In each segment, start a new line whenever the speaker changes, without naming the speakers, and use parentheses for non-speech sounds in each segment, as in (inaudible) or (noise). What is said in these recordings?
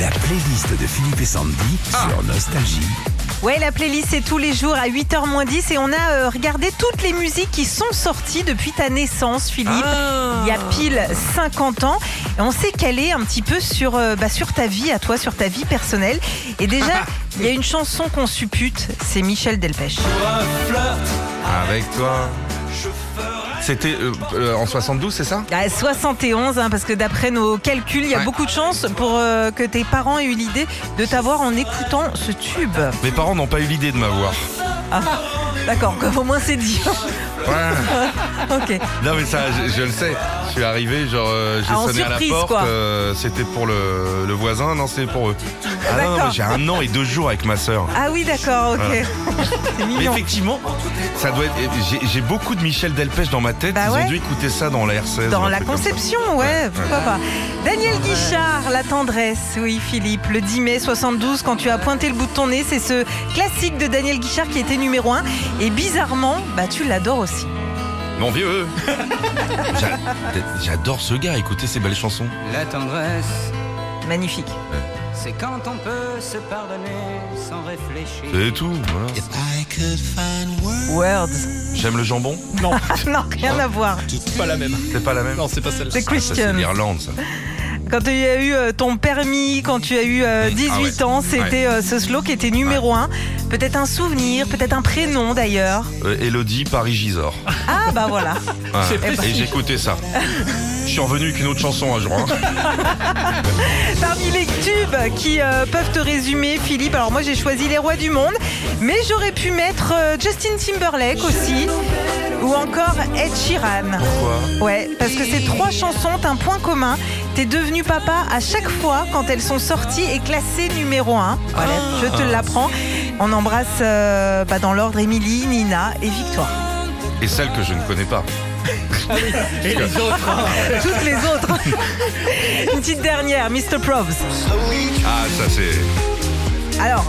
La playlist de Philippe et Sandy
Ah.
sur Nostalgie.
Ouais, la playlist c'est tous les jours à 8h moins 10 et on a euh, regardé toutes les musiques qui sont sorties depuis ta naissance, Philippe.
Ah.
Il y a pile 50 ans. Et on s'est calé un petit peu sur, euh, bah, sur ta vie, à toi, sur ta vie personnelle. Et
(laughs)
déjà, il y a une chanson qu'on suppute, c'est Michel Delpech.
Avec toi. C'était euh, euh, en 72, c'est ça
À 71, hein, parce que d'après nos calculs, il y a
Ouais.
beaucoup de chances pour euh, que tes parents aient eu l'idée de t'avoir en écoutant ce tube.
Mes parents n'ont pas eu l'idée de m'avoir.
Ah, d'accord, au moins c'est dit. (laughs)
Ouais.
ok.
Non mais ça, je, je le sais. Je suis arrivé, genre euh, j'ai
Ah, en
sonné à la
surprise,
porte.
quoi.
euh, c'était pour le, le voisin, non c'était pour eux. Ah non, non,
D'accord.
mais j'ai un an et deux jours avec ma sœur.
Ah oui, d'accord, ok. C'est
Mais
mignon.
effectivement, ça doit être. j'ai- J'ai beaucoup de Michel Delpech dans ma tête.
Bah
Ils
ouais.
ont dû écouter ça dans la R16. ou
Dans
un
la
truc comme ça.
conception, ouais, pourquoi pas. Daniel Guichard, La tendresse, oui Philippe, le 10 mai 72, quand tu as pointé le bout de ton nez, c'est ce classique de Daniel Guichard qui était numéro 1. Et bizarrement, bah tu l'adores aussi.
Mon vieux. (laughs) J'a- J'adore ce gars. Écoutez ces belles chansons.
La tendresse,
Magnifique. (laughs)
c'est quand on peut se pardonner sans réfléchir.
C'est tout. voilà.
Words.
J'aime le jambon.
Ah non, rien à voir.
C'est pas la même.
C'est pas la même. Ah,
Non, c'est pas celle-là.
The
Ça, c'est
Christian.
l'Irlande, ça.
Quand tu as eu euh, ton permis, quand tu as eu euh, 18
Ah ouais.
ans, c'était euh, ce slow qui était numéro 1. Peut-être un souvenir, peut-être un prénom d'ailleurs.
Euh, Elodie Paris-Gisors.
Ah bah voilà.
Ouais.
C'est précis.
Et j'écoutais ça. Je suis revenu avec une autre chanson un jour. hein.
Parmi les tubes qui euh, peuvent te résumer, Philippe, alors moi j'ai choisi Les Rois du Monde, mais j'aurais pu mettre euh, Justin Timberlake aussi, ou encore Ed Sheeran.
Pourquoi
Ouais, parce que ces trois chansons ont un point commun. T'es devenu papa à chaque fois quand elles sont sorties et classées numéro un. Voilà, je te l'apprends. On embrasse euh, bah, dans l'ordre Émilie, Nina et Victoire.
Et celle que je ne connais pas.
Et les autres, hein.
Toutes les autres. (laughs) Une petite dernière, Mr. Probs.
Ah, ça c'est.
Alors,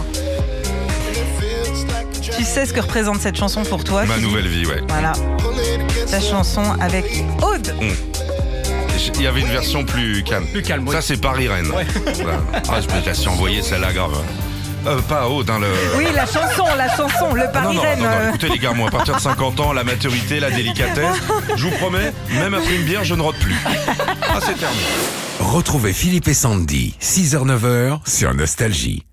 tu sais ce que représente cette chanson pour toi
Ah,
Ma
Philippe
nouvelle vie, ouais.
Voilà, ta chanson avec Aude.
Il y avait une version plus calme.
Plus calme, oui.
Ça, c'est Paris-Rennes. Voilà. Ah, je me la suis envoyée, celle-là, grave. Euh, pas haut, hein, le.
Oui, la chanson, la chanson, le
Ah, non, non,
Paris-Rennes.
non, non,
euh,
écoutez les gars, moi, à partir de 50 ans, la maturité, la délicatesse, je vous promets, même après une bière, je ne rote plus. Ah, c'est terminé.
Retrouvez Philippe et Sandy, 6h-9h sur Nostalgie.